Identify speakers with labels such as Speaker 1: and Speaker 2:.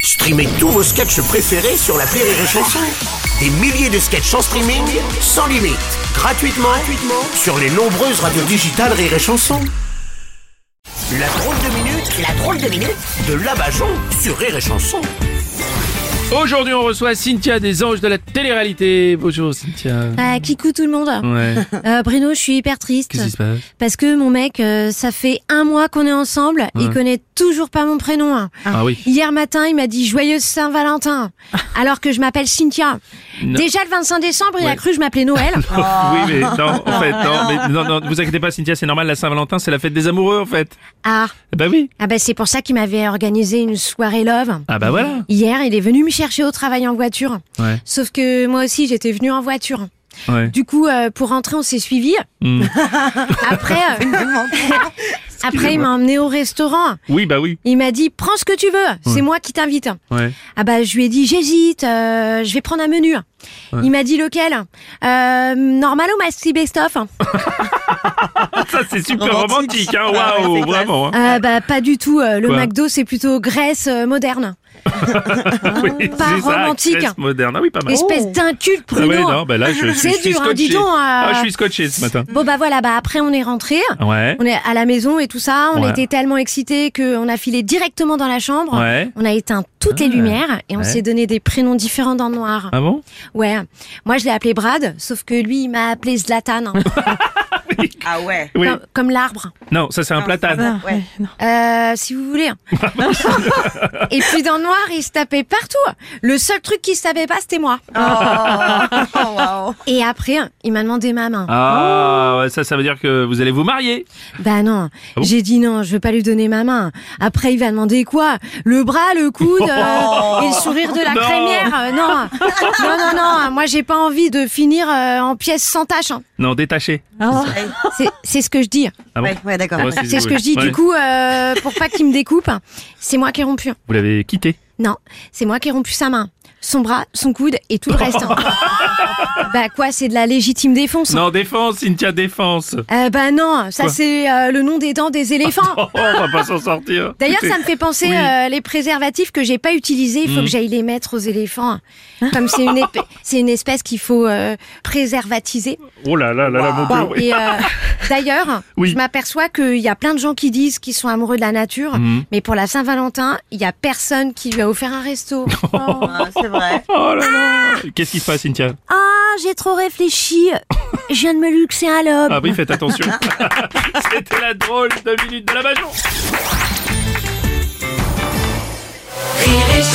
Speaker 1: Streamez tous vos sketchs préférés sur la Rire et Chanson. Des milliers de sketchs en streaming, sans limite, gratuitement, gratuitement sur les nombreuses radios digitales Rire et Chanson. La drôle de minute, la drôle de minute de Labajon sur Rire et Chanson.
Speaker 2: Aujourd'hui, on reçoit Cynthia des Anges de la télé-réalité. Bonjour Cynthia.
Speaker 3: Ah, coucou tout le monde.
Speaker 2: Ouais.
Speaker 3: Euh, Bruno, je suis hyper triste.
Speaker 2: Qu'est-ce qui se passe
Speaker 3: Parce que mon mec, euh, ça fait un mois qu'on est ensemble, il connaît toujours pas mon prénom. hein.
Speaker 2: Ah oui. Ah.
Speaker 3: Hier matin, il m'a dit Joyeuse Saint-Valentin, alors que je m'appelle Cynthia.
Speaker 2: Non.
Speaker 3: Déjà le 25 décembre, il
Speaker 2: Ouais.
Speaker 3: a cru que je m'appelais Noël.
Speaker 2: Oui, mais non, en fait, non, mais non, non, vous inquiétez pas, Cynthia, c'est normal, la Saint-Valentin, c'est la fête des amoureux, en fait.
Speaker 3: ah,
Speaker 2: Bah oui.
Speaker 3: ah bah c'est pour ça qu'il m'avait organisé une soirée love.
Speaker 2: Ah bah voilà.
Speaker 3: Hier, il est venu me chercher au travail en voiture.
Speaker 2: Ouais,
Speaker 3: Sauf que moi aussi, j'étais venue en voiture.
Speaker 2: ouais.
Speaker 3: Du coup, euh, pour rentrer, on s'est suivis.
Speaker 2: Hmm.
Speaker 3: Après, euh, après, il m'a emmené au restaurant.
Speaker 2: Oui, bah oui.
Speaker 3: Il m'a dit prends ce que tu veux, c'est moi qui t'invite.
Speaker 2: Ouais.
Speaker 3: Ah bah je lui ai dit j'hésite, euh, je vais prendre un menu. Il m'a dit lequel euh, Normal ou Maxi Best Of
Speaker 2: Ah, Ça, c'est super
Speaker 4: Romantique.
Speaker 2: romantique, hein.
Speaker 4: Ah ouais,
Speaker 2: Waouh,
Speaker 4: c'est classe.
Speaker 2: vraiment. hein.
Speaker 3: Euh, Bah pas du tout. euh, le
Speaker 2: Quoi
Speaker 3: McDo c'est plutôt Grèce euh, moderne,
Speaker 2: Oui,
Speaker 3: Ah, pas
Speaker 2: c'est ça,
Speaker 3: romantique.
Speaker 2: Grèce moderne. Ah oui, pas mal.
Speaker 3: espèce d'inculte
Speaker 2: Ah
Speaker 3: Bruno.
Speaker 2: oui, non, bah là, je, je
Speaker 3: C'est
Speaker 2: suis
Speaker 3: dur, hein,
Speaker 2: scotché.
Speaker 3: dis donc. euh.
Speaker 2: Ah, je suis scotché ce matin.
Speaker 3: Bon bah voilà, bah après on est rentré.
Speaker 2: Ouais.
Speaker 3: On est à la maison et tout ça, on
Speaker 2: Ouais.
Speaker 3: était tellement excités qu'on a filé directement dans la chambre.
Speaker 2: Ouais.
Speaker 3: On a éteint toutes
Speaker 2: Ah.
Speaker 3: les lumières et on
Speaker 2: Ouais.
Speaker 3: s'est donné des prénoms différents dans le noir.
Speaker 2: Ah bon
Speaker 3: Ouais. Moi, je l'ai appelé Brad, sauf que lui, il m'a appelé Zlatan. hein,
Speaker 4: Ah ouais. Ah,
Speaker 2: Oui.
Speaker 3: comme, comme l'arbre.
Speaker 2: Non, ça, c'est un platane.
Speaker 4: Ouais.
Speaker 3: Euh, si vous voulez. Et puis, dans le noir, il se tapait partout. Le seul truc qui se tapait pas, c'était moi.
Speaker 4: Oh, oh, wow.
Speaker 3: Et après, il m'a demandé ma main. Oh.
Speaker 2: Ah, ouais, ça, ça veut dire que vous allez vous marier.
Speaker 3: Bah non.
Speaker 2: Ah bon
Speaker 3: J'ai dit non, je veux pas lui donner ma main. Après, il va demander quoi? Le bras, le coude, euh, et le sourire de la
Speaker 2: Oh Non.
Speaker 3: crémière. euh, non. Non, non, non. Moi, j'ai pas envie de finir euh, en pièces sans tache. hein.
Speaker 2: Non, détaché.
Speaker 3: C'est- C'est ce que je dis.
Speaker 2: Ah bon
Speaker 4: Ouais, ouais, d'accord.
Speaker 2: Ouais,
Speaker 3: C'est ce que je dis.
Speaker 2: ouais.
Speaker 3: Du coup, euh, pour pas qu'il me découpe, c'est moi qui ai rompu. hein.
Speaker 2: Vous l'avez quitté.
Speaker 3: Non, c'est moi qui ai rompu sa main, son bras, son coude et tout le reste. hein. bah quoi, c'est de la légitime défense. hein.
Speaker 2: Non, défense, Cynthia, défense.
Speaker 3: Euh, bah non, ça
Speaker 2: Quoi
Speaker 3: c'est euh, le nom des dents des éléphants.
Speaker 2: Oh, on va pas s'en sortir.
Speaker 3: D'ailleurs, ça me fait penser
Speaker 2: Oui.
Speaker 3: euh, les préservatifs que j'ai pas utilisés. Il faut
Speaker 2: Mhm.
Speaker 3: que j'aille les mettre aux éléphants,
Speaker 2: Hein
Speaker 3: comme c'est une, ép- c'est une espèce qu'il faut euh, préservatiser.
Speaker 2: Oh là là là là, mon Dieu. oui.
Speaker 3: Et euh, d'ailleurs,
Speaker 2: Oui.
Speaker 3: je m'aperçois qu'il y a plein de gens qui disent qu'ils sont amoureux de la nature,
Speaker 2: Mhm.
Speaker 3: mais pour la Saint-Valentin, il y a personne qui lui a offert un resto. Oh.
Speaker 4: Ah, c'est vrai.
Speaker 2: Oh là là. Qu'est-ce qui se passe, Cynthia
Speaker 3: Ah, j'ai trop réfléchi. Je viens de me luxer un lobe.
Speaker 2: Ah oui, faites attention. C'était la drôle de minute de la Bajon.
Speaker 5: Rire et